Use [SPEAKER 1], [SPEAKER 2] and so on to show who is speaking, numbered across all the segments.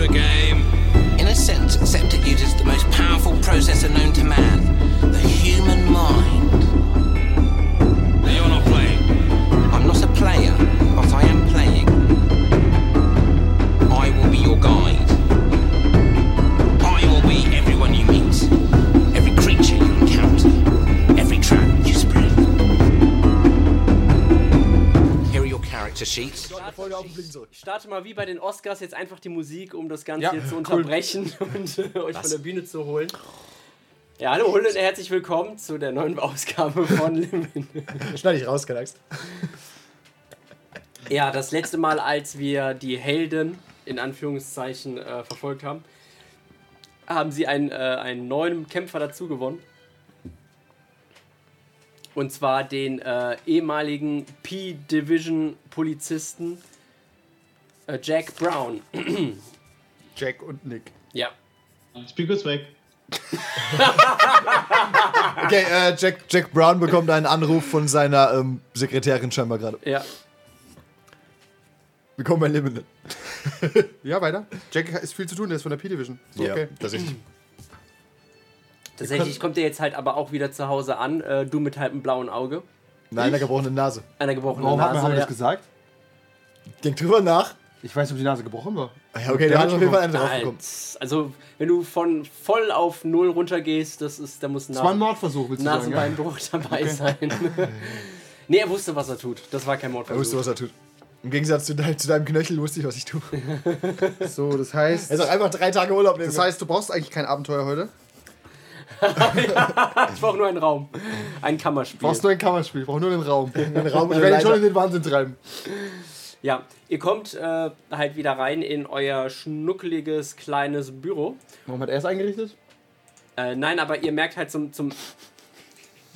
[SPEAKER 1] a game.
[SPEAKER 2] In a sense, accept it uses the most powerful processor known to man the human mind.
[SPEAKER 1] Now you're not playing.
[SPEAKER 2] I'm not a player, but I am playing. I will be your guide. I will be everyone you meet, every creature you encounter, every trap you spread. Here are your character sheets.
[SPEAKER 3] Folge auf den Blink zurück.
[SPEAKER 4] Ich starte mal wie bei den Oscars jetzt einfach die Musik, um das Ganze
[SPEAKER 3] Ja,
[SPEAKER 4] hier zu
[SPEAKER 3] cool.
[SPEAKER 4] unterbrechen und äh, euch von der Bühne zu holen. Ja, hallo und herzlich willkommen zu der neuen Ausgabe von Limit.
[SPEAKER 3] Schneide ich raus, keine Angst.
[SPEAKER 4] Ja, das letzte Mal, als wir die Helden in Anführungszeichen äh, verfolgt haben, haben sie einen, äh, einen neuen Kämpfer dazu gewonnen. Und zwar den äh, ehemaligen P-Division-Polizisten äh, Jack Brown.
[SPEAKER 3] Jack und Nick.
[SPEAKER 4] Ja.
[SPEAKER 5] Spiegel ist weg.
[SPEAKER 3] Okay, äh, Jack, Jack Brown bekommt einen Anruf von seiner ähm, Sekretärin scheinbar gerade.
[SPEAKER 4] Ja.
[SPEAKER 3] Willkommen bei Limited.
[SPEAKER 6] Ja, weiter. Jack ist viel zu tun, der ist von der P-Division. So, okay.
[SPEAKER 3] tatsächlich.
[SPEAKER 4] Tatsächlich kommt er jetzt halt aber auch wieder zu Hause an, äh, du mit halbem blauen Auge,
[SPEAKER 3] Nein, einer gebrochenen Nase.
[SPEAKER 4] einer gebrochenen
[SPEAKER 6] Warum hat
[SPEAKER 4] Nase.
[SPEAKER 6] man, haben wir
[SPEAKER 4] ja.
[SPEAKER 6] das gesagt?
[SPEAKER 3] Denk drüber nach.
[SPEAKER 6] Ich weiß, ob die Nase gebrochen war.
[SPEAKER 3] Ah Ja, okay, der hat auf jeden Fall einen draufgekommen.
[SPEAKER 4] Als, also, wenn du von voll auf null runtergehst, das ist, da muss ein
[SPEAKER 6] Das war ein
[SPEAKER 4] Nasen-
[SPEAKER 6] Mordversuch, willst du sagen? Ja?
[SPEAKER 4] Nasenbeinbruch dabei sein. nee, er wusste, was er tut. Das war kein
[SPEAKER 3] Er wusste,
[SPEAKER 4] Mordversuch.
[SPEAKER 3] was er tut. Im Gegensatz zu, dein, zu deinem Knöchel wusste ich, was ich tue.
[SPEAKER 6] So, das heißt.
[SPEAKER 3] Er ist auch einfach drei Tage Urlaub nehmen.
[SPEAKER 6] Das heißt, du brauchst eigentlich kein Abenteuer heute. Du
[SPEAKER 4] Ich brauche nur einen Raum. Ein Kammerspiel.
[SPEAKER 6] brauchst nur ein Kammerspiel, ich brauch nur den Raum.
[SPEAKER 3] einen Raum
[SPEAKER 6] ich
[SPEAKER 3] und
[SPEAKER 6] werde
[SPEAKER 3] eine
[SPEAKER 6] dich schon
[SPEAKER 3] Leiter.
[SPEAKER 6] in den Wahnsinn treiben.
[SPEAKER 4] Ja, ihr kommt äh, halt wieder rein in euer schnuckeliges kleines Büro.
[SPEAKER 6] Warum hat er es eingerichtet?
[SPEAKER 4] Äh, nein, aber ihr merkt halt zum. zum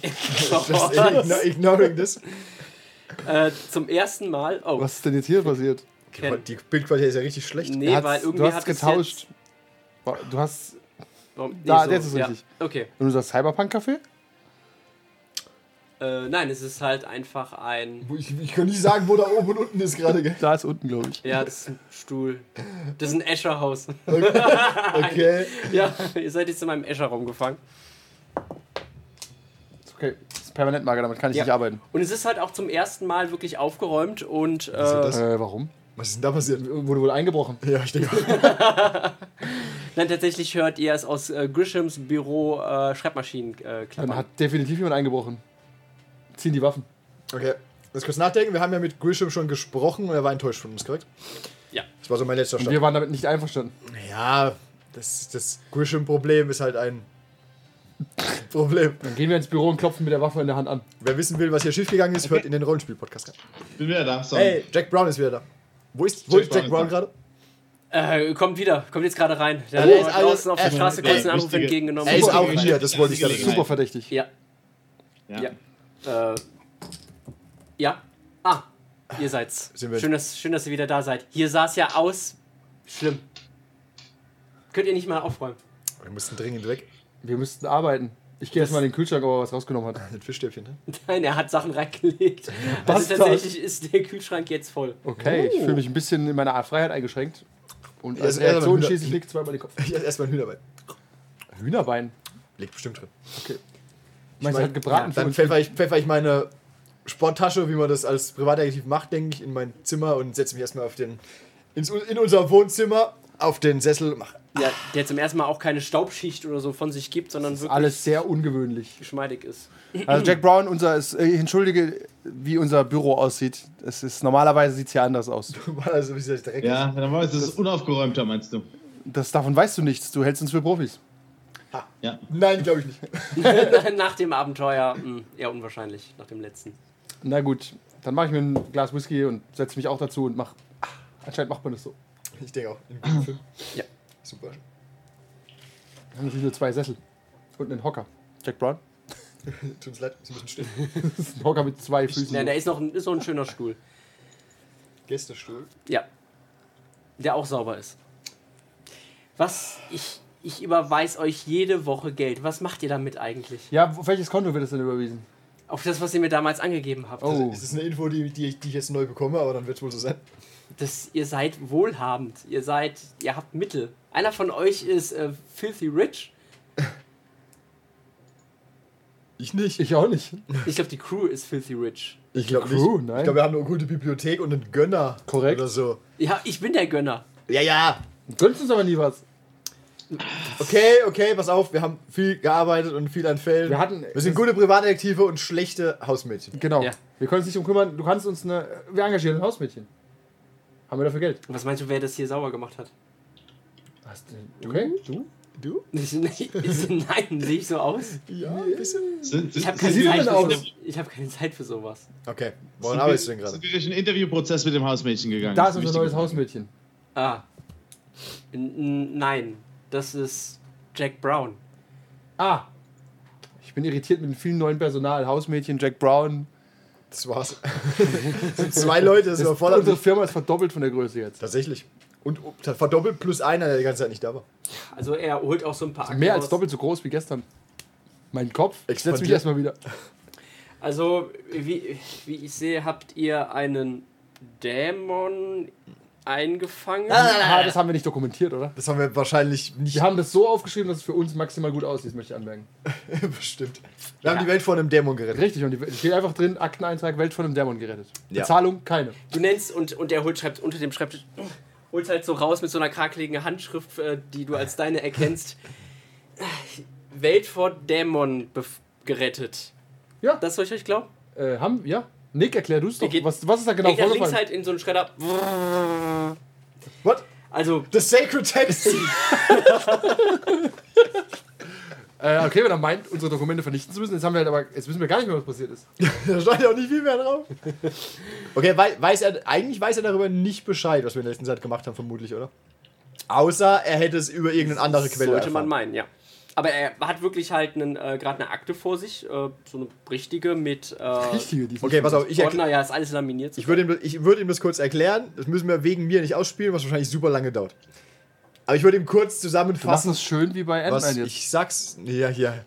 [SPEAKER 3] Igno- Ignoring this.
[SPEAKER 4] äh, zum ersten Mal. Oh,
[SPEAKER 6] Was ist denn jetzt hier passiert?
[SPEAKER 4] Ken.
[SPEAKER 3] Die Bildqualität ist ja richtig schlecht.
[SPEAKER 4] Nee,
[SPEAKER 6] Er hat's-
[SPEAKER 4] weil irgendwie
[SPEAKER 6] du hast
[SPEAKER 4] hat es
[SPEAKER 6] getauscht. Wa- Du hast.
[SPEAKER 4] Jetzt, warum- nee,
[SPEAKER 6] Da, jetzt ist richtig.
[SPEAKER 4] Ja. Okay.
[SPEAKER 6] Und du sagst Cyberpunk-Café?
[SPEAKER 4] Äh, nein, es ist halt einfach ein.
[SPEAKER 3] Ich, ich kann nicht sagen, wo da oben und unten ist gerade. gell?
[SPEAKER 6] Da ist unten, glaube ich.
[SPEAKER 4] Ja, das ist ein Stuhl. Das ist ein Escherhaus.
[SPEAKER 3] Okay.
[SPEAKER 4] Ja, ihr seid jetzt in meinem Escher-Raum gefangen.
[SPEAKER 6] Ist okay. Das ist Permanentmarker, damit kann ich
[SPEAKER 4] Ja.
[SPEAKER 6] nicht arbeiten.
[SPEAKER 4] Und es ist halt auch zum ersten Mal wirklich aufgeräumt und
[SPEAKER 3] ist denn
[SPEAKER 4] äh,
[SPEAKER 3] das?
[SPEAKER 6] Äh, warum?
[SPEAKER 3] Was ist denn da passiert?
[SPEAKER 6] Wurde wohl eingebrochen.
[SPEAKER 3] Ja, ich denke auch.
[SPEAKER 4] dann tatsächlich hört ihr es aus äh, Grishams Büro äh, Schreibmaschinen äh,
[SPEAKER 6] Dann
[SPEAKER 4] klappern.
[SPEAKER 6] hat definitiv jemand eingebrochen. Ziehen die Waffen.
[SPEAKER 3] Okay. Lass kurz nachdenken. Wir haben ja mit Grisham schon gesprochen und er war enttäuscht von uns, korrekt?
[SPEAKER 4] Ja.
[SPEAKER 3] Das war so mein letzter
[SPEAKER 6] Und
[SPEAKER 3] Stand.
[SPEAKER 6] wir waren damit nicht einverstanden.
[SPEAKER 3] Ja, das, das Grisham-Problem ist halt ein Problem.
[SPEAKER 6] Dann gehen wir ins Büro und klopfen mit der Waffe in der Hand an.
[SPEAKER 3] Wer wissen will, was hier schiefgegangen ist, hört in den Rollenspiel-Podcast rein.
[SPEAKER 5] Bin wieder da. Sorry.
[SPEAKER 3] Hey, Jack Brown ist wieder da. Wo ist, wo
[SPEAKER 5] Jack
[SPEAKER 3] ist Jack Brown
[SPEAKER 5] Brown ist da.
[SPEAKER 3] gerade?
[SPEAKER 4] Äh, kommt wieder, kommt jetzt gerade rein. Der
[SPEAKER 3] Er ist
[SPEAKER 4] hat
[SPEAKER 3] alles-
[SPEAKER 4] draußen auf der
[SPEAKER 3] er-
[SPEAKER 4] Straße kurz einen Anruf
[SPEAKER 5] wichtige-
[SPEAKER 4] entgegengenommen.
[SPEAKER 3] Er ist
[SPEAKER 5] Super
[SPEAKER 3] auch
[SPEAKER 5] Gelegenheit.
[SPEAKER 3] hier, das wollte ich gerade
[SPEAKER 5] Erste
[SPEAKER 6] Super
[SPEAKER 5] Gelegenheit.
[SPEAKER 6] verdächtig.
[SPEAKER 4] Ja,
[SPEAKER 5] Ja.
[SPEAKER 4] ja. Äh, ja. Ah, ihr seid's.
[SPEAKER 3] Sind wir-
[SPEAKER 4] Schön dass, schön, dass ihr wieder da seid. Hier sah es ja aus. Schlimm. Könnt ihr nicht mal aufräumen?
[SPEAKER 3] Wir mussten dringend weg.
[SPEAKER 6] Wir müssten arbeiten. Ich gehe erstmal in den Kühlschrank, ob er was rausgenommen hat.
[SPEAKER 3] Ein Fischstäbchen, ne?
[SPEAKER 4] Nein, er hat Sachen reingelegt. Also
[SPEAKER 6] Bastard.
[SPEAKER 4] tatsächlich ist der Kühlschrank jetzt voll.
[SPEAKER 6] Okay, ich fühle mich ein bisschen in meiner Freiheit eingeschränkt. Und
[SPEAKER 3] Ja,
[SPEAKER 6] als
[SPEAKER 3] ist eher so ein
[SPEAKER 6] Reaktion
[SPEAKER 3] Hühner-
[SPEAKER 6] schieße ich Nick zweimal in den Kopf.
[SPEAKER 3] Ich esse erstmal ein Hühnerbein.
[SPEAKER 6] Hühnerbein.
[SPEAKER 3] Liegt bestimmt drin.
[SPEAKER 6] Meinst du,
[SPEAKER 3] mein-
[SPEAKER 6] hat gebraten für
[SPEAKER 3] Dann
[SPEAKER 6] uns?
[SPEAKER 3] pfeffer ich, pfeffer ich meine Sporttasche, wie man das als Privatdetektiv macht, denke ich, in mein Zimmer und setze mich erstmal auf den, ins, in unser Wohnzimmer, auf den Sessel. und Mach.
[SPEAKER 4] Ja, der zum ersten Mal auch keine Staubschicht oder so von sich gibt, sondern wirklich
[SPEAKER 6] Alles sehr ungewöhnlich.
[SPEAKER 4] geschmeidig ist.
[SPEAKER 6] Also Jack Brown, unser ist, äh, entschuldige, wie unser Büro aussieht. Es ist normalerweise sieht es ja anders aus.
[SPEAKER 3] Also, wie gesagt, direkt.
[SPEAKER 5] Ja, dann war es das ist unaufgeräumter, meinst du?
[SPEAKER 6] Das davon weißt du nichts. Du hältst uns für Profis.
[SPEAKER 5] Ja.
[SPEAKER 3] Nein, glaube ich nicht.
[SPEAKER 4] Nach dem Abenteuer mh, eher unwahrscheinlich, nach dem letzten.
[SPEAKER 6] Na gut, dann mache ich mir ein Glas Whisky und setze mich auch dazu und mach. Ah, Anscheinend macht man das so.
[SPEAKER 3] Ich denke auch. In gutem Film.
[SPEAKER 4] Ja.
[SPEAKER 3] Super.
[SPEAKER 6] Wir haben natürlich nur zwei Sessel und einen Hocker. Jack Brown.
[SPEAKER 3] Tut uns leid, ist ein bisschen still.
[SPEAKER 6] Das ist ein Hocker mit zwei Füßen.
[SPEAKER 4] Nein, da ist noch ein, ist noch ein schöner Stuhl.
[SPEAKER 3] Gästestuhl.
[SPEAKER 4] Ja. Der auch sauber ist. Was? Ich, ich überweise euch jede Woche Geld. Was macht ihr damit eigentlich?
[SPEAKER 6] Ja, auf welches Konto wird das denn überwiesen?
[SPEAKER 4] Auf das, was ihr mir damals angegeben habt.
[SPEAKER 6] Oh.
[SPEAKER 3] Also, Ist das eine Info, die, die, ich- die ich jetzt neu bekomme, aber dann wird es wohl so sein.
[SPEAKER 4] Das, ihr seid wohlhabend, ihr seid, ihr habt Mittel. Einer von euch ist äh, filthy rich.
[SPEAKER 3] Ich nicht.
[SPEAKER 6] Ich auch nicht.
[SPEAKER 4] Ich glaube, die Crew ist filthy rich.
[SPEAKER 3] Ich glaube nicht.
[SPEAKER 6] Crew, nein.
[SPEAKER 3] Ich glaube, wir haben eine gute Bibliothek und einen Gönner.
[SPEAKER 6] Korrekt.
[SPEAKER 3] Oder so.
[SPEAKER 4] Ja, ich bin der Gönner.
[SPEAKER 3] Ja, ja.
[SPEAKER 6] Gönnst uns aber nie was.
[SPEAKER 3] Okay, okay, pass auf. Wir haben viel gearbeitet und viel an Fällen.
[SPEAKER 6] Wir hatten-
[SPEAKER 3] wir sind gute Privatdetektive und schlechte Hausmädchen.
[SPEAKER 6] Genau.
[SPEAKER 4] Ja.
[SPEAKER 6] Wir können uns nicht umkümmern. Du kannst uns eine. Wir engagieren ein Hausmädchen. Haben wir dafür Geld?
[SPEAKER 4] Was meinst du, wer das hier sauber gemacht hat?
[SPEAKER 6] Okay. Du?
[SPEAKER 3] Du?
[SPEAKER 4] Nein, sehe ich so aus?
[SPEAKER 3] Ja, ein bisschen.
[SPEAKER 5] Sind, sind,
[SPEAKER 4] Ich habe
[SPEAKER 5] sind
[SPEAKER 4] keine,
[SPEAKER 5] wir-
[SPEAKER 4] Zeit
[SPEAKER 6] denn
[SPEAKER 4] für
[SPEAKER 6] aus?
[SPEAKER 4] so- ich hab keine Zeit für sowas.
[SPEAKER 3] Okay, woran arbeitest du denn gerade?
[SPEAKER 5] Sind wir durch einen Interviewprozess mit dem Hausmädchen gegangen?
[SPEAKER 6] Da ist
[SPEAKER 5] Das
[SPEAKER 6] unser
[SPEAKER 5] wichtig.
[SPEAKER 6] neues Hausmädchen.
[SPEAKER 4] Ah. N- n- Nein, das ist Jack Brown.
[SPEAKER 6] Ah! Ich bin irritiert mit dem vielen neuen Personal. Hausmädchen, Jack Brown.
[SPEAKER 3] Das war's. Das sind zwei Leute, das ist überfordert.
[SPEAKER 6] unsere
[SPEAKER 3] mich.
[SPEAKER 6] Firma ist verdoppelt von der Größe jetzt.
[SPEAKER 3] Tatsächlich. Und verdoppelt plus einer, der die ganze Zeit nicht da war.
[SPEAKER 4] Also er holt auch so ein paar Akten
[SPEAKER 6] Mehr als
[SPEAKER 4] raus.
[SPEAKER 6] doppelt so groß wie gestern. Mein Kopf. Ich setze mich
[SPEAKER 3] Expandiert.
[SPEAKER 6] erstmal wieder.
[SPEAKER 4] Also, wie, wie ich sehe, habt ihr einen Dämon eingefangen.
[SPEAKER 6] Ah, das haben wir nicht dokumentiert, oder?
[SPEAKER 3] Das haben wir wahrscheinlich nicht
[SPEAKER 6] Wir haben das so aufgeschrieben, dass es für uns maximal gut aussieht, möchte ich anmerken.
[SPEAKER 3] bestimmt. Wir haben die Welt vor einem Dämon gerettet.
[SPEAKER 6] Richtig, und die- steht einfach drin, Akteneintrag, Welt von einem Dämon gerettet.
[SPEAKER 3] Ja.
[SPEAKER 6] Bezahlung, keine.
[SPEAKER 4] Du nennst und, und er holt schreibt unter dem Schreibtisch, holt halt so raus mit so einer krakeligen Handschrift, äh, die du als deine erkennst. Welt vor Dämon bef- gerettet.
[SPEAKER 6] Ja.
[SPEAKER 4] Das soll ich euch glauben?
[SPEAKER 6] Äh, haben, ja. Nick, erklär du es doch.
[SPEAKER 4] Geht-
[SPEAKER 6] Was, was ist da genau
[SPEAKER 4] Geht nach links
[SPEAKER 6] vorgefallen?
[SPEAKER 4] halt in so einen Schredder.
[SPEAKER 3] What?
[SPEAKER 4] Also,
[SPEAKER 3] The Sacred Text!
[SPEAKER 6] Äh, okay, wenn er meint, unsere Dokumente vernichten zu müssen, jetzt haben wir halt aber, jetzt wissen wir gar nicht mehr, was passiert ist.
[SPEAKER 3] Da stand ja auch nicht viel mehr drauf. Okay, wei- weiß er, eigentlich weiß er darüber nicht Bescheid, was wir in der letzten Zeit gemacht haben, vermutlich, oder? Außer er hätte es über irgendeine andere Quelle
[SPEAKER 4] sollte man
[SPEAKER 3] erfahren.
[SPEAKER 4] meinen, ja. Aber er hat wirklich halt einen, äh, gerade eine Akte vor sich, äh, so eine richtige mit äh,
[SPEAKER 6] Richtige, die
[SPEAKER 3] Okay, pass auf, ich, erkl-
[SPEAKER 4] Ordner, ja, ist alles laminiert. so.
[SPEAKER 3] ich würde ihm, das- ich würde ihm das kurz erklären. Das müssen wir wegen mir nicht ausspielen, was wahrscheinlich super lange dauert. Aber ich würde ihm kurz
[SPEAKER 6] Wir machen
[SPEAKER 3] zusammenfassen,
[SPEAKER 6] es schön wie bei
[SPEAKER 3] was
[SPEAKER 6] Ant-Man jetzt.
[SPEAKER 3] ich sag's. Ja, hier.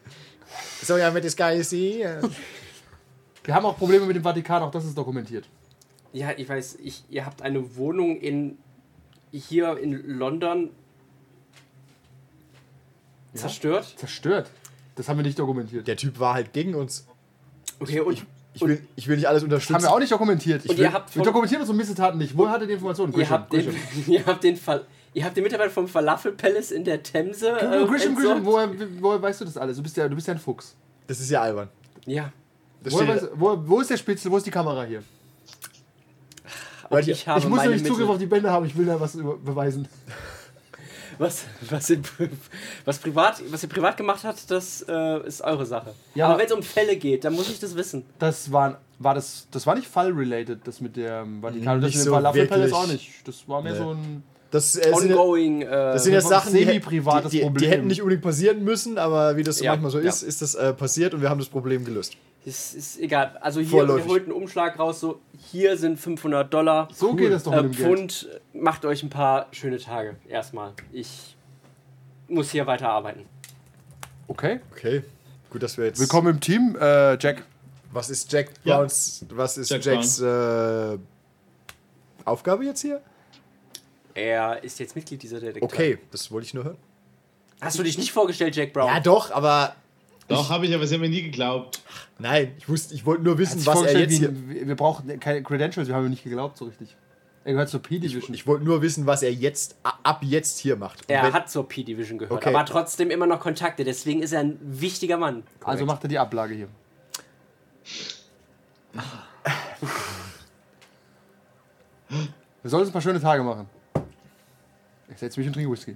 [SPEAKER 3] So, ja, mit das geile See.
[SPEAKER 6] Wir haben auch Probleme mit dem Vatikan, auch das ist dokumentiert.
[SPEAKER 4] Ja, ich weiß, ich, ihr habt eine Wohnung in hier in London zerstört.
[SPEAKER 6] Zerstört. Das haben wir nicht dokumentiert.
[SPEAKER 3] Der Typ war halt gegen uns.
[SPEAKER 4] Okay, und,
[SPEAKER 3] Ich will, ich will nicht alles unterstützen.
[SPEAKER 6] Haben wir auch nicht dokumentiert.
[SPEAKER 4] Und
[SPEAKER 6] will-
[SPEAKER 4] ihr habt
[SPEAKER 6] wir
[SPEAKER 4] von-
[SPEAKER 6] dokumentieren unsere Missetaten nicht. Woher hat er die Informationen?
[SPEAKER 4] ihr, habt den,
[SPEAKER 6] Grisham.
[SPEAKER 4] ihr habt den Fall. Ihr habt den Mitarbeiter vom Falafel Palace in der Themse. Äh,
[SPEAKER 6] Grisham,
[SPEAKER 4] entsorgt.
[SPEAKER 6] Grisham, woher, woher weißt du das alles? Du bist ja, du bist ja ein Fuchs.
[SPEAKER 3] das ist ja albern.
[SPEAKER 4] Ja.
[SPEAKER 3] Das
[SPEAKER 6] Woher
[SPEAKER 3] steht,
[SPEAKER 6] weißt, du- wo, wo ist der Spitzel? Wo ist die Kamera hier?
[SPEAKER 4] Und
[SPEAKER 3] Leute,
[SPEAKER 4] ich habe
[SPEAKER 6] Ich muss
[SPEAKER 4] meine
[SPEAKER 6] nämlich Zugriff
[SPEAKER 4] Mittel.
[SPEAKER 6] auf die Bänder haben. Ich will da was über- beweisen.
[SPEAKER 4] Was, was, ihr, was, privat, was ihr privat gemacht habt, das äh, ist eure Sache.
[SPEAKER 6] Ja,
[SPEAKER 4] Aber
[SPEAKER 6] aber-
[SPEAKER 4] wenn es um Fälle geht, dann muss ich das wissen.
[SPEAKER 6] Das war, war das, das war nicht Fall-related, das mit der ähm, Vatikan. Und das
[SPEAKER 3] Nicht
[SPEAKER 6] mit
[SPEAKER 3] so
[SPEAKER 6] dem Falafel-Palace
[SPEAKER 3] wirklich.
[SPEAKER 6] auch nicht. Das war mehr
[SPEAKER 3] Nee.
[SPEAKER 6] so ein.
[SPEAKER 3] das, äh, sind ja-
[SPEAKER 4] Ongoing. Äh,
[SPEAKER 3] Das sind ja
[SPEAKER 6] Das war ein
[SPEAKER 3] Sachen, die,
[SPEAKER 6] semi-privates
[SPEAKER 3] die, die, die
[SPEAKER 6] Problem.
[SPEAKER 3] hätten nicht unbedingt passieren müssen, aber wie das so
[SPEAKER 4] Ja,
[SPEAKER 3] manchmal so
[SPEAKER 4] ja.
[SPEAKER 3] ist, ist das äh, passiert und wir haben das Problem gelöst.
[SPEAKER 4] Es ist egal. Also hier,
[SPEAKER 3] Vorläufig.
[SPEAKER 4] wir holt einen Umschlag raus, so hier sind 500 Dollar.
[SPEAKER 6] So geht es doch mit
[SPEAKER 4] äh,
[SPEAKER 6] dem Geld.
[SPEAKER 4] Pfund, macht euch ein paar schöne Tage erstmal. Ich muss hier weiterarbeiten.
[SPEAKER 6] Okay.
[SPEAKER 3] Okay, gut, dass wir jetzt.
[SPEAKER 6] Willkommen im Team, äh, Jack.
[SPEAKER 3] Was ist Jack
[SPEAKER 5] Ja.
[SPEAKER 3] Browns? Was ist
[SPEAKER 5] Jack
[SPEAKER 3] Jacks äh, Aufgabe jetzt hier?
[SPEAKER 4] Er ist jetzt Mitglied dieser Detektive.
[SPEAKER 3] Okay, das wollte ich nur hören.
[SPEAKER 4] Hast du dich nicht vorgestellt, Jack Brown?
[SPEAKER 3] Ja, doch, aber
[SPEAKER 5] Doch, habe ich, aber sie haben mir nie geglaubt.
[SPEAKER 3] nein, ich wusste, ich wollte nur wissen,
[SPEAKER 6] Hat's
[SPEAKER 3] was er
[SPEAKER 6] vorgestellt
[SPEAKER 3] jetzt
[SPEAKER 6] wie
[SPEAKER 3] hier.
[SPEAKER 6] ein- wir- Wir brauchen keine Credentials, wir haben ihm nicht geglaubt so richtig. Er gehört zur P-Division.
[SPEAKER 3] Ich wollte nur wissen, was er jetzt a- ab jetzt hier macht. Und
[SPEAKER 4] er
[SPEAKER 3] wenn-
[SPEAKER 4] hat zur P-Division gehört,
[SPEAKER 3] Okay.
[SPEAKER 4] aber trotzdem immer noch Kontakte. Deswegen ist er ein wichtiger Mann.
[SPEAKER 6] Also macht er die Ablage hier. Wir sollen uns ein paar schöne Tage machen. Ich setze mich und trinke Whisky.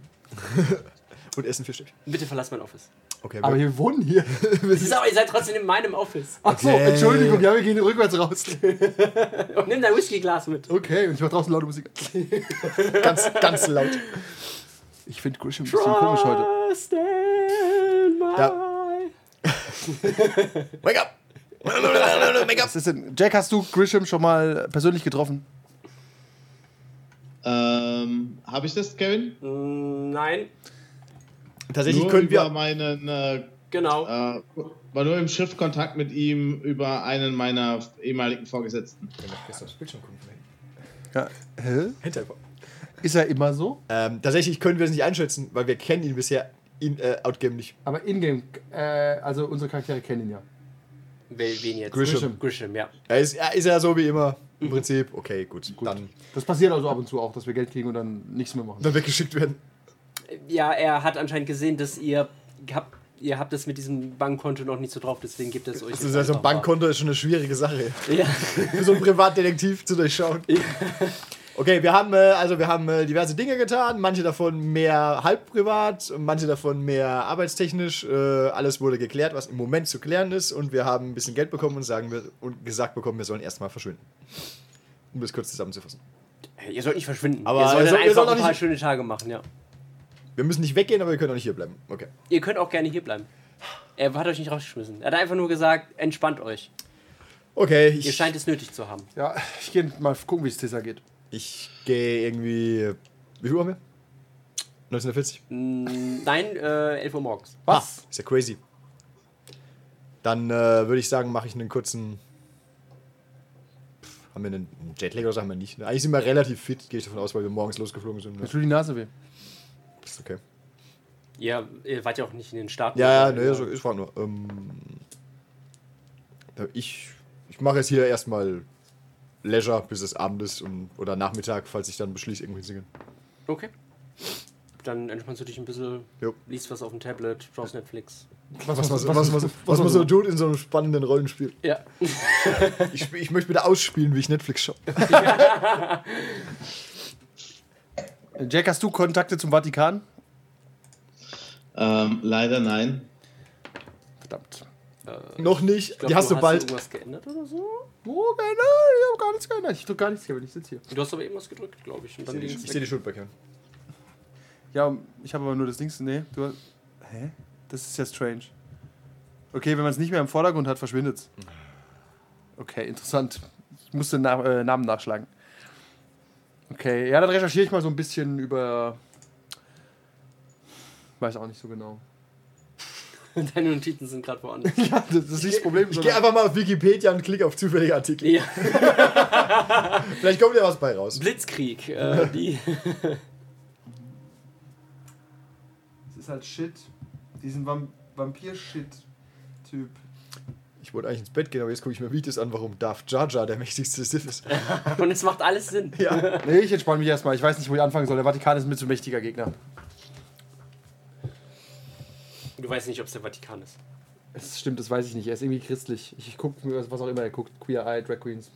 [SPEAKER 3] und essen Fischstäbchen.
[SPEAKER 4] Bitte verlass mein Office.
[SPEAKER 3] Okay,
[SPEAKER 6] Aber wir wohnen hier.
[SPEAKER 4] Das ist aber, ihr seid trotzdem in meinem Office.
[SPEAKER 6] Achso,
[SPEAKER 3] Okay.
[SPEAKER 6] Entschuldigung, ja, wir gehen rückwärts raus.
[SPEAKER 4] Und nimm dein Whiskyglas mit.
[SPEAKER 6] Okay, und ich mach draußen laute Musik.
[SPEAKER 3] ganz, ganz laut.
[SPEAKER 6] Ich finde Grisham ein bisschen komisch heute.
[SPEAKER 4] Trust in my
[SPEAKER 3] Ja. Wake up! Wake up!
[SPEAKER 6] Was ist denn? Jack, hast du Grisham schon mal persönlich getroffen?
[SPEAKER 5] Ähm, habe ich das, Kevin?
[SPEAKER 4] Nein,
[SPEAKER 3] Tatsächlich
[SPEAKER 5] nur
[SPEAKER 3] können
[SPEAKER 5] über
[SPEAKER 3] wir.
[SPEAKER 5] meinen, äh,
[SPEAKER 4] genau.
[SPEAKER 5] äh, war nur im Schriftkontakt mit ihm über einen meiner ehemaligen Vorgesetzten.
[SPEAKER 6] Ja. Hä?
[SPEAKER 3] Hinterkopf.
[SPEAKER 6] Ist er immer so?
[SPEAKER 3] Ähm, tatsächlich können wir es nicht einschätzen, weil wir kennen ihn bisher in äh, Outgame nicht.
[SPEAKER 7] Aber in-game, äh, also unsere Charaktere kennen ihn ja.
[SPEAKER 4] Wel- Wen jetzt?
[SPEAKER 3] Grisham.
[SPEAKER 4] Grisham, ja.
[SPEAKER 3] Er ist, er ist ja so wie immer im Prinzip. Okay, gut. Dann,
[SPEAKER 7] Das passiert also ab und zu auch, dass wir Geld kriegen und dann nichts mehr machen.
[SPEAKER 3] dann weggeschickt werden.
[SPEAKER 4] Ja, er hat anscheinend gesehen, dass ihr habt, ihr habt das mit diesem Bankkonto noch nicht so drauf, deswegen gibt es euch.
[SPEAKER 3] Das
[SPEAKER 4] jetzt
[SPEAKER 3] ist ja so ein
[SPEAKER 4] einfach mal.
[SPEAKER 3] Bankkonto ist schon eine schwierige Sache.
[SPEAKER 4] Ja.
[SPEAKER 3] Für so einen Privatdetektiv zu durchschauen. Okay, wir haben äh, also wir haben äh, diverse Dinge getan, manche davon mehr halb privat, manche davon mehr arbeitstechnisch. Äh, alles wurde geklärt, was im Moment zu klären ist, und wir haben ein bisschen Geld bekommen und sagen wir und gesagt bekommen, wir sollen erstmal verschwinden. Um das kurz zusammenzufassen.
[SPEAKER 4] Ihr sollt nicht verschwinden.
[SPEAKER 3] Aber
[SPEAKER 4] ihr solltet
[SPEAKER 3] ihr sollt- ihr
[SPEAKER 4] einfach
[SPEAKER 3] sollt auch
[SPEAKER 4] ein paar
[SPEAKER 3] nicht-
[SPEAKER 4] schöne Tage machen, ja.
[SPEAKER 3] Wir müssen nicht weggehen, aber wir können auch nicht hierbleiben. Okay.
[SPEAKER 4] Ihr könnt auch gerne hier bleiben. Er hat euch nicht rausgeschmissen. Er hat einfach nur gesagt, entspannt euch.
[SPEAKER 3] Okay,
[SPEAKER 4] Ihr
[SPEAKER 3] ich,
[SPEAKER 4] scheint es nötig zu haben.
[SPEAKER 6] Ja, ich gehe mal gucken, wie es Tessa geht.
[SPEAKER 3] ich gehe irgendwie. Wie viel Uhr haben wir? 1940?
[SPEAKER 4] Mm, Nein, äh, 11 Uhr morgens.
[SPEAKER 3] Was? ist ja crazy. Dann äh, würde ich sagen, mache ich einen kurzen. Pff, haben wir einen Jetlag oder so haben wir nicht? ne? Eigentlich sind wir relativ fit, gehe ich davon aus, weil wir morgens losgeflogen sind. Ne?
[SPEAKER 6] Mir tut die Nase weh.
[SPEAKER 3] Ist okay.
[SPEAKER 4] Ihr, ihr wart ja auch nicht in den Staaten.
[SPEAKER 3] Ja, ja, ne, so, ich war nur. Ähm, ja, ich ich mache jetzt hier erstmal Leisure bis es Abend ist und, oder Nachmittag, falls ich dann beschließe, irgendwo hinzugehen.
[SPEAKER 4] Okay. Dann entspannst du dich ein bisschen,
[SPEAKER 3] Jo.
[SPEAKER 4] liest was auf dem Tablet, schaust Netflix.
[SPEAKER 3] Was, was, was, was, was, was, man so tut in so einem spannenden Rollenspiel.
[SPEAKER 4] Ja.
[SPEAKER 3] Ich, spiel- ich möchte wieder ausspielen, wie ich Netflix schaue.
[SPEAKER 6] Jack, hast du Kontakte zum Vatikan?
[SPEAKER 5] Ähm, leider nein.
[SPEAKER 6] Verdammt.
[SPEAKER 3] Noch nicht,
[SPEAKER 4] Ich glaub,
[SPEAKER 3] die hast du bald.
[SPEAKER 4] irgendwas geändert oder so?
[SPEAKER 6] Oh, nein, ich habe gar nichts geändert.
[SPEAKER 7] Ich tue gar nichts, Kevin, ich sitze hier.
[SPEAKER 4] Du hast aber eben was gedrückt, glaube ich. Und dann ging's
[SPEAKER 3] Ich sehe die Schuld bei Kevin.
[SPEAKER 6] Ja, ich habe aber nur das Dings. Nee, du hast. Hä? Das ist ja strange. Okay, wenn man es nicht mehr im Vordergrund hat, verschwindet's. Okay, interessant. Ich musste den Na äh, Namen nachschlagen. Okay, ja, dann recherchiere ich mal so ein bisschen über. Weiß auch nicht so genau.
[SPEAKER 4] weg. Deine Notizen sind gerade woanders.
[SPEAKER 6] Ja, das ist nicht das Problem.
[SPEAKER 3] Ich gehe einfach mal auf Wikipedia und klicke auf zufällige Artikel.
[SPEAKER 4] ja.
[SPEAKER 3] Vielleicht kommt ja was bei raus.
[SPEAKER 4] Blitzkrieg. Äh, die.
[SPEAKER 6] Das ist halt Shit. Diesen Vampir-Shit-Typ.
[SPEAKER 3] Ich wollte eigentlich ins Bett gehen, aber jetzt gucke ich mir Videos an, warum Darth Jar Jar der mächtigste Sith ist.
[SPEAKER 4] Und es macht alles Sinn.
[SPEAKER 3] Ja.
[SPEAKER 6] Nee, ich entspanne mich erstmal. Ich weiß nicht, wo ich anfangen soll. Der Vatikan ist ein zu mächtiger Gegner.
[SPEAKER 4] Du weißt nicht, ob es der Vatikan ist.
[SPEAKER 6] Das stimmt, das weiß ich nicht. Er ist irgendwie christlich. Ich gucke mir, was was auch immer er guckt. Queer Eye, Drag Queens.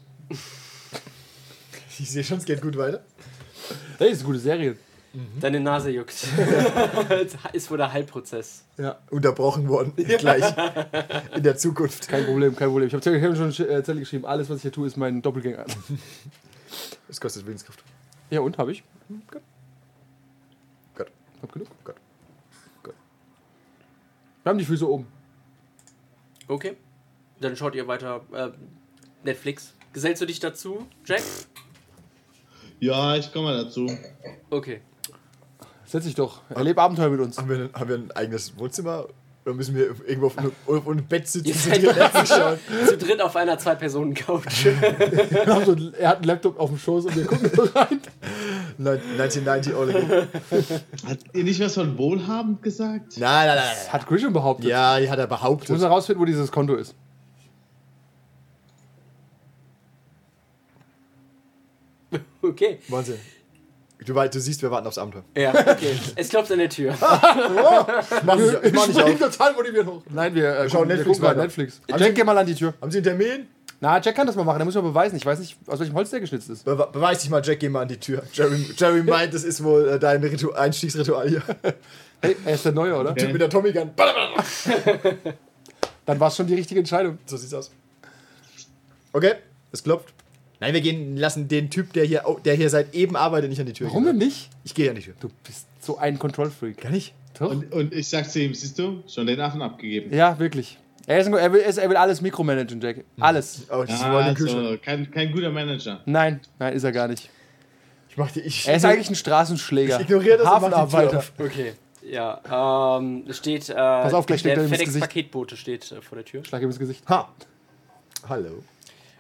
[SPEAKER 3] Ich sehe schon, es geht gut weiter.
[SPEAKER 6] Hey, ist eine gute Serie.
[SPEAKER 3] Mhm.
[SPEAKER 4] Deine Nase juckt. ist wohl der Heilprozess.
[SPEAKER 3] Unterbrochen worden. Gleich. In der Zukunft.
[SPEAKER 6] Kein Problem, kein Problem. Ich habe hab schon äh, Zettel geschrieben. Alles, was ich hier tue, ist mein Doppelgänger.
[SPEAKER 3] Es kostet Willenskraft.
[SPEAKER 6] ja, und? Habe ich?
[SPEAKER 3] Gott.
[SPEAKER 6] Hab genug.
[SPEAKER 3] Gott.
[SPEAKER 6] Wir haben die Füße oben.
[SPEAKER 4] Okay. Dann schaut ihr weiter äh, Netflix. Gesellst du dich dazu, Jack?
[SPEAKER 5] Ja, ich komme mal dazu.
[SPEAKER 4] Okay.
[SPEAKER 6] Setz dich doch. Erleb Abenteuer mit uns.
[SPEAKER 3] Haben wir, ein- haben wir ein eigenes Wohnzimmer? Oder müssen wir irgendwo auf einem, auf einem Bett sitzen? um
[SPEAKER 4] Ihr seid-
[SPEAKER 3] und die Netflix schauen?
[SPEAKER 4] Zu dritt auf einer Zwei-Personen-Couch.
[SPEAKER 6] Wir haben so einen- er hat einen Laptop auf dem Schoß und wir gucken so rein.
[SPEAKER 3] Nein, 1990 all again.
[SPEAKER 5] Hat ihr nicht was von wohlhabend gesagt?
[SPEAKER 3] Nein, nein, nein.
[SPEAKER 6] Hat Grisham behauptet.
[SPEAKER 3] Ja, die hat er
[SPEAKER 6] Wir
[SPEAKER 3] behauptet.
[SPEAKER 6] müssen herausfinden, wo dieses Konto ist.
[SPEAKER 4] Okay.
[SPEAKER 3] Wahnsinn. Du, wei- du siehst, wir warten aufs Abenteuer.
[SPEAKER 4] Ja, okay. Es klopft an der Tür.
[SPEAKER 3] Ich mach nicht, ich mach nicht auf.
[SPEAKER 6] total motiviert hoch. Nein, wir, äh,
[SPEAKER 3] schauen
[SPEAKER 6] gucken- wir
[SPEAKER 3] Netflix
[SPEAKER 6] gucken bei
[SPEAKER 3] weiter.
[SPEAKER 6] Netflix. Jack, geh mal an die Tür.
[SPEAKER 3] Haben Sie einen Termin?
[SPEAKER 6] Na, Jack kann das mal machen. Der muss mal beweisen. Ich weiß nicht, aus welchem Holz der geschnitzt ist.
[SPEAKER 3] Be beweis dich mal, Jack, geh mal an die Tür. Jerry, Jerry meint, das ist wohl äh, dein Ritu Einstiegsritual hier.
[SPEAKER 6] Hey, er ist der Neue, oder?
[SPEAKER 5] Okay.
[SPEAKER 3] Mit der Tommy Gun. Badabada.
[SPEAKER 6] Dann war es schon die richtige Entscheidung.
[SPEAKER 3] So sieht's aus. Okay, es klopft. Nein, wir gehen, lassen den Typ, der hier, au- der hier seit eben arbeitet, nicht an die Tür.
[SPEAKER 6] Warum
[SPEAKER 3] gehen.
[SPEAKER 6] denn nicht?
[SPEAKER 3] Ich gehe an die Tür.
[SPEAKER 6] Du bist so ein Control-Freak.
[SPEAKER 3] Gar nicht.
[SPEAKER 6] Doch.
[SPEAKER 5] Und, und ich sag zu ihm, siehst du, schon den Affen abgegeben.
[SPEAKER 6] ja, wirklich. Er, ist ein, er, will, er, ist, er will alles mikromanagen, Jack. Alles.
[SPEAKER 3] Oh, das war in den Kühlschrank.
[SPEAKER 5] Also, kein, kein guter Manager.
[SPEAKER 6] Nein, nein, ist er gar nicht.
[SPEAKER 3] Ich mach die. Ich,
[SPEAKER 6] Er ist eigentlich ein Straßenschläger.
[SPEAKER 3] ich ignoriere das und mach die Tür
[SPEAKER 6] Hafenarbeiter.
[SPEAKER 3] auf.
[SPEAKER 4] Okay. Ja, ähm, es steht. Äh, Pass
[SPEAKER 6] auf, gleich schlägt
[SPEAKER 4] der
[SPEAKER 6] er ihm ins Gesicht.
[SPEAKER 4] FedEx-Paketbote steht äh, vor der Tür.
[SPEAKER 6] Schlag ihm ins Gesicht.
[SPEAKER 3] Ha. Hallo.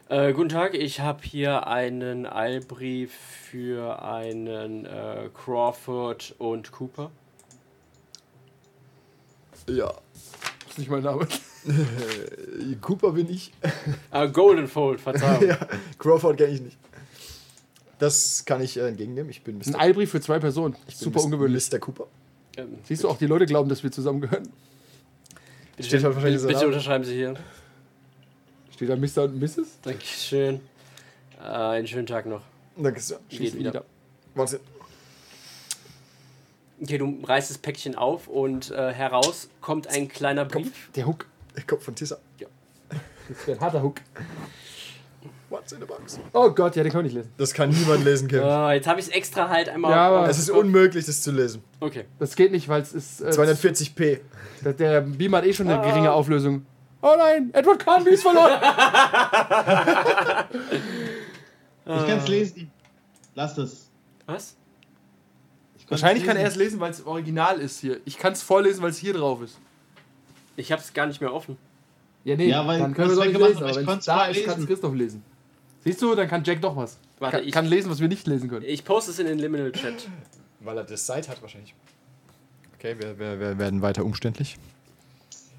[SPEAKER 4] Äh, guten Tag, ich habe hier einen Eilbrief für einen äh, Crawford und Cooper.
[SPEAKER 3] Ja.
[SPEAKER 6] Das ist nicht mein Name.
[SPEAKER 3] Cooper bin ich.
[SPEAKER 4] Äh, Golden Fold, Verzeihung.
[SPEAKER 3] ja. Crawford kenne ich nicht. Das kann ich äh, entgegennehmen. Ich bin
[SPEAKER 6] Ein
[SPEAKER 3] Mr.
[SPEAKER 6] Eilbrief für zwei Personen.
[SPEAKER 3] bin
[SPEAKER 6] Super
[SPEAKER 3] Mr.
[SPEAKER 6] ungewöhnlich.
[SPEAKER 3] Mr. Cooper.
[SPEAKER 4] Ähm,
[SPEAKER 6] Siehst du, auch die Leute glauben, dass wir zusammengehören.
[SPEAKER 4] bitte,
[SPEAKER 3] Steht halt wahrscheinlich
[SPEAKER 4] bitte,
[SPEAKER 3] so
[SPEAKER 4] bitte
[SPEAKER 3] da.
[SPEAKER 4] unterschreiben Sie hier.
[SPEAKER 6] Steht da Mr. und Mrs.
[SPEAKER 4] Dankeschön. Äh, einen schönen Tag noch.
[SPEAKER 3] Danke sehr.
[SPEAKER 4] Geht wieder.
[SPEAKER 3] Wahnsinn.
[SPEAKER 4] Okay, du reißt das Päckchen auf und äh, heraus kommt ein kleiner Brief.
[SPEAKER 6] Der Hook.
[SPEAKER 3] Kopf von Tissa.
[SPEAKER 7] Das wäre ein harter Hook.
[SPEAKER 3] What's in the box?
[SPEAKER 7] Oh Gott, ja, den kann ich nicht lesen.
[SPEAKER 3] Das kann niemand lesen, Kevin.
[SPEAKER 4] Äh, jetzt habe ich es extra halt einmal.
[SPEAKER 7] Ja, aber-
[SPEAKER 3] Es ist unmöglich, das zu lesen.
[SPEAKER 4] okay.
[SPEAKER 7] Das geht nicht, weil es ist. Äh,
[SPEAKER 3] 240p.
[SPEAKER 7] der- Der Beam hat eh schon eine geringe Auflösung. Oh nein, Edward Carnby ist verloren.
[SPEAKER 5] Ich
[SPEAKER 6] Ah.
[SPEAKER 5] kann es lesen. Lass es.
[SPEAKER 4] Was?
[SPEAKER 5] Ich kann's
[SPEAKER 6] Wahrscheinlich kann er es lesen,
[SPEAKER 5] lesen.
[SPEAKER 6] weil es original ist hier. Ich kann es vorlesen, weil es hier drauf ist.
[SPEAKER 4] Ich habe es gar nicht mehr offen.
[SPEAKER 7] ja, nee,
[SPEAKER 5] Ja, weil
[SPEAKER 7] dann können wir es
[SPEAKER 5] das
[SPEAKER 7] auch nicht
[SPEAKER 5] weggemacht,
[SPEAKER 7] lesen.
[SPEAKER 5] aber
[SPEAKER 7] Aber
[SPEAKER 5] ich
[SPEAKER 7] wenn es
[SPEAKER 5] kann's
[SPEAKER 7] da
[SPEAKER 5] mal
[SPEAKER 7] ist, kann es
[SPEAKER 5] lesen.
[SPEAKER 7] Christoph lesen. Siehst du, dann kann Jack doch was.
[SPEAKER 4] Warte,
[SPEAKER 7] kann,
[SPEAKER 4] ich-
[SPEAKER 7] kann lesen, was wir nicht lesen können.
[SPEAKER 4] Ich poste es in den Liminal Chat.
[SPEAKER 3] Weil er das Side hat wahrscheinlich. Okay, wir, wir, wir werden weiter umständlich.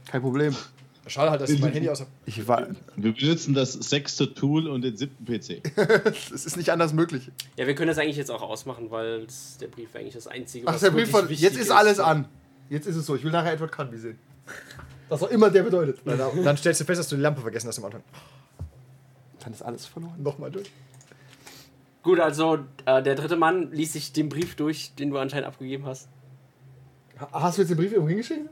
[SPEAKER 6] Kein Problem.
[SPEAKER 3] Schade halt, dass ich mein Handy aus
[SPEAKER 6] Ich war,
[SPEAKER 5] Wir benutzen das sechste Tool und den siebten PC.
[SPEAKER 6] es ist nicht anders möglich.
[SPEAKER 4] Ja, wir können das eigentlich jetzt auch ausmachen, weil es- der Brief eigentlich das einzige
[SPEAKER 6] Ach, der Brief
[SPEAKER 4] wirklich
[SPEAKER 6] von.
[SPEAKER 4] wichtig
[SPEAKER 6] Jetzt ist alles an. Jetzt ist es so. Ich will nachher Edward Canby sehen. Was auch immer der bedeutet.
[SPEAKER 3] Dann stellst du fest, dass du die Lampe vergessen hast am Anfang.
[SPEAKER 7] Dann ist alles verloren.
[SPEAKER 3] Nochmal durch.
[SPEAKER 4] Gut, also äh, der dritte Mann liest sich den Brief durch, den du anscheinend abgegeben hast.
[SPEAKER 7] Ha- Hast du jetzt den Brief irgendwo hingeschickt?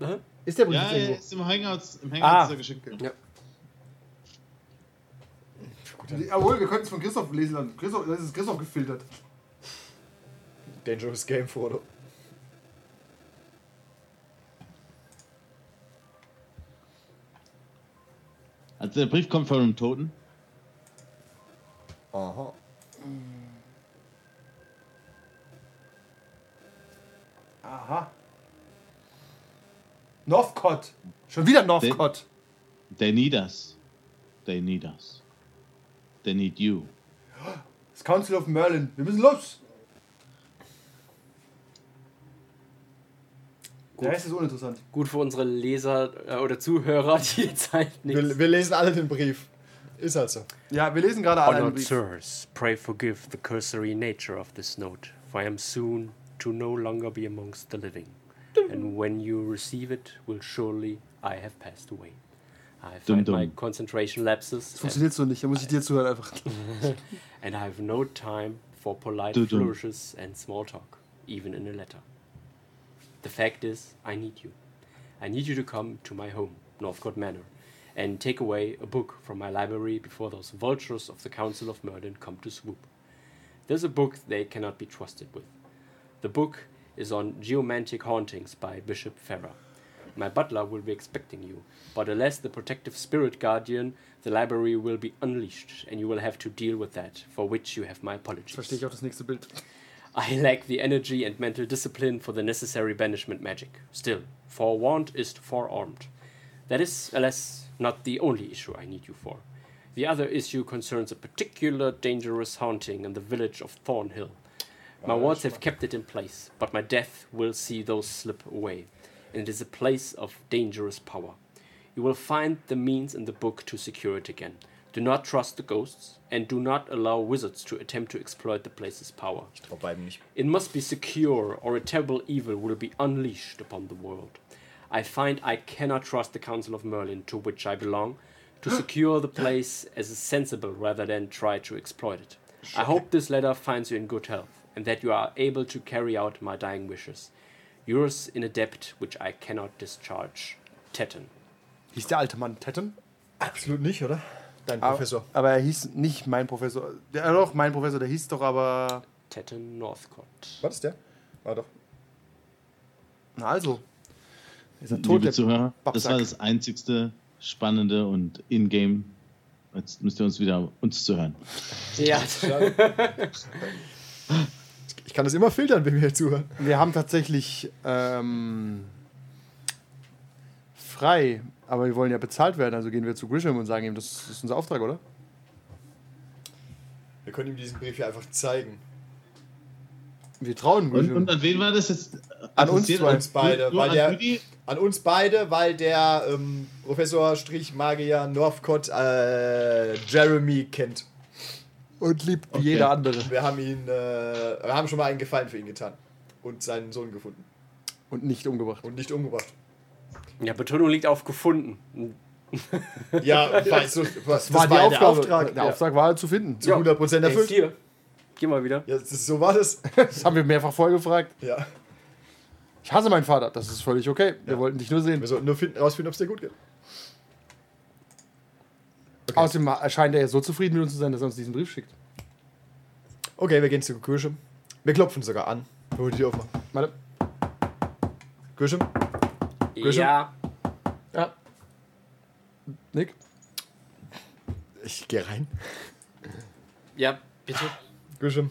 [SPEAKER 4] Aha.
[SPEAKER 7] Ist der Brief
[SPEAKER 5] Ja,
[SPEAKER 7] jetzt irgendwo?
[SPEAKER 5] er ist im Hangouts, im
[SPEAKER 7] Ah.
[SPEAKER 5] Hangouts ah. geschickt. worden.
[SPEAKER 6] Jawohl, wir können es von Christoph lesen lassen. Christoph, das ist Christoph gefiltert.
[SPEAKER 3] Dangerous Game Foto.
[SPEAKER 5] Also der Brief kommt von einem Toten.
[SPEAKER 3] Aha.
[SPEAKER 6] Aha. Northcott. Schon wieder Northcott.
[SPEAKER 5] They need us. They need us. They need you.
[SPEAKER 6] Das Council of Merlin. Wir müssen los. Der Rest ist uninteressant.
[SPEAKER 4] Gut für unsere Leser äh, oder Zuhörer, die jetzt halt nichts.
[SPEAKER 3] Wir, wir lesen alle den Brief. Ist halt so.
[SPEAKER 6] Ja, wir lesen gerade alle einen
[SPEAKER 4] Honored
[SPEAKER 6] Brief.
[SPEAKER 4] sirs, pray forgive the cursory nature of this note, for I am soon to no longer be amongst the living. And when you receive it, will surely I have passed away. I have
[SPEAKER 5] Dum
[SPEAKER 4] had my
[SPEAKER 5] dum.
[SPEAKER 4] concentration lapses, and,
[SPEAKER 6] Funktioniert so nicht, da muss ich dir zuhören einfach.
[SPEAKER 4] and I have no time for polite
[SPEAKER 5] Dum dum.
[SPEAKER 4] flourishes and small talk, even in a letter. The fact is, I need you. I need you to come to my home, Northcote Manor, and take away a book from my library before those vultures of the Council of Merlin come to swoop. There's a book they cannot be trusted with. The book is on geomantic hauntings by Bishop Ferrer. My butler will be expecting you, but unless the protective spirit guardian, the library will be unleashed, and you will have to deal with that, for which you have my apologies.
[SPEAKER 6] Verstehe ich auch das nächste Bild.
[SPEAKER 4] I lack the energy and mental discipline for the necessary banishment magic. Still, forewarned is forearmed. That is, alas, not the only issue I need you for. The other issue concerns a particular dangerous haunting in the village of Thornhill. My wards have kept it in place, but my death will see those slip away, and it is a place of dangerous power. You will find the means in the book to secure it again. Do not trust the ghosts, and do not allow wizards to attempt to exploit the place's power.
[SPEAKER 3] Auf beiden nicht.
[SPEAKER 4] It must be secure, or a terrible evil will be unleashed upon the world. I find I cannot trust the Council of Merlin, to which I belong, to secure the place as is sensible rather than try to exploit it. I hope this letter finds you in good health, and that you are able to carry out my dying wishes. Yours in a debt which I cannot discharge. Tetten.
[SPEAKER 6] Hieß der alte Mann Tetten?
[SPEAKER 3] Absolut nicht, oder? Dein Professor.
[SPEAKER 6] Aber er hieß nicht mein Professor. Der, ja, doch, mein Professor, der hieß doch aber.
[SPEAKER 4] Tetten Northcott.
[SPEAKER 3] War das der? War doch.
[SPEAKER 6] Na also. Ist er
[SPEAKER 5] Liebe Zuhörer, das
[SPEAKER 6] Babsack.
[SPEAKER 5] war das einzigste Spannende und in-game. Jetzt müsst ihr uns wieder uns zuhören.
[SPEAKER 4] Ja,
[SPEAKER 3] Ich kann das immer filtern, wenn wir hier zuhören.
[SPEAKER 6] Wir haben tatsächlich ähm, frei, aber wir wollen ja bezahlt werden, also gehen wir zu Grisham und sagen ihm, das ist unser Auftrag, oder?
[SPEAKER 3] Wir können ihm diesen Brief hier einfach zeigen.
[SPEAKER 6] Wir trauen
[SPEAKER 5] Und,
[SPEAKER 6] Gujo.
[SPEAKER 5] und an wen war das jetzt?
[SPEAKER 6] An uns
[SPEAKER 5] adressiert?
[SPEAKER 6] zwei.
[SPEAKER 5] An-
[SPEAKER 3] Uns beide,
[SPEAKER 5] nur
[SPEAKER 3] weil
[SPEAKER 5] an
[SPEAKER 3] der-
[SPEAKER 5] Rudi?
[SPEAKER 3] An uns beide, weil der ähm, Professor Strich Magier Northcott äh, Jeremy kennt.
[SPEAKER 6] Und liebt wie
[SPEAKER 5] Okay.
[SPEAKER 6] jeder andere.
[SPEAKER 3] Wir haben ihn, äh, wir haben schon mal einen Gefallen für ihn getan und seinen Sohn gefunden
[SPEAKER 6] Und nicht umgebracht.
[SPEAKER 3] und nicht umgebracht.
[SPEAKER 4] Ja, Betonung liegt auf gefunden.
[SPEAKER 3] Ja, weißt du, was, das war,
[SPEAKER 6] die
[SPEAKER 3] der
[SPEAKER 6] Aufgabe.
[SPEAKER 3] Auftrag.
[SPEAKER 6] Der
[SPEAKER 3] ja.
[SPEAKER 6] Auftrag war halt zu finden.
[SPEAKER 3] Zu 100%
[SPEAKER 4] Hey,
[SPEAKER 3] erfüllt.
[SPEAKER 4] hier. Geh mal wieder.
[SPEAKER 3] Ja, das ist, so war das.
[SPEAKER 6] Das haben wir mehrfach vorher gefragt.
[SPEAKER 3] Ja.
[SPEAKER 6] Ich hasse meinen Vater. Das ist völlig okay. Wir wollten dich nur sehen.
[SPEAKER 3] Wir sollten nur finden, rausfinden, ob es dir gut geht.
[SPEAKER 6] Außerdem erscheint er ja so zufrieden mit uns zu sein, dass er uns diesen Brief schickt.
[SPEAKER 3] Okay, wir gehen zur Küche. Wir klopfen sogar an. Hol die Tür aufmachen.
[SPEAKER 6] Warte.
[SPEAKER 3] Küche? Grüße.
[SPEAKER 4] Ja.
[SPEAKER 6] Ja. Nick?
[SPEAKER 3] Ich gehe rein.
[SPEAKER 4] Ja, bitte.
[SPEAKER 3] Küche.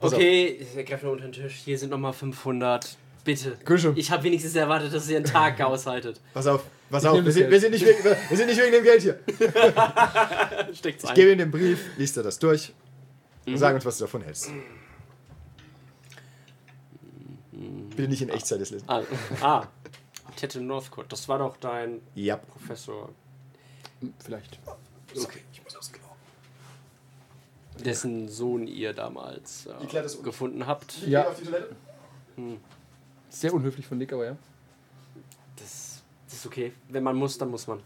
[SPEAKER 3] Pass
[SPEAKER 4] Okay, ich greife nur unter den Tisch. Hier sind nochmal 500. Bitte.
[SPEAKER 3] Grüße.
[SPEAKER 4] Ich habe wenigstens erwartet, dass ihr einen Tag aushaltet.
[SPEAKER 3] Pass auf, pass
[SPEAKER 6] nehm
[SPEAKER 3] auf. Wir
[SPEAKER 6] das
[SPEAKER 3] sind,
[SPEAKER 6] Geld.
[SPEAKER 3] wir, sind nicht wegen, wir wir sind nicht wegen dem Geld hier.
[SPEAKER 4] Steckt's
[SPEAKER 3] Ich
[SPEAKER 4] ein.
[SPEAKER 3] gebe ihm den Brief, liest er das durch und sag uns, was du davon hältst. Bitte nicht in Echtzeit das lesen.
[SPEAKER 4] Ah, ah. Ted Northcott. Das war doch dein
[SPEAKER 3] Ja.
[SPEAKER 4] Professor.
[SPEAKER 6] Hm, Vielleicht.
[SPEAKER 4] Okay, ich muss ausgelaufen. Dessen Sohn ihr damals äh,
[SPEAKER 3] klärt das um.
[SPEAKER 4] gefunden habt.
[SPEAKER 6] Ja,
[SPEAKER 3] die Toilette?
[SPEAKER 6] sehr unhöflich von Nick, aber ja.
[SPEAKER 4] Das, das ist okay. Wenn man muss, dann muss man.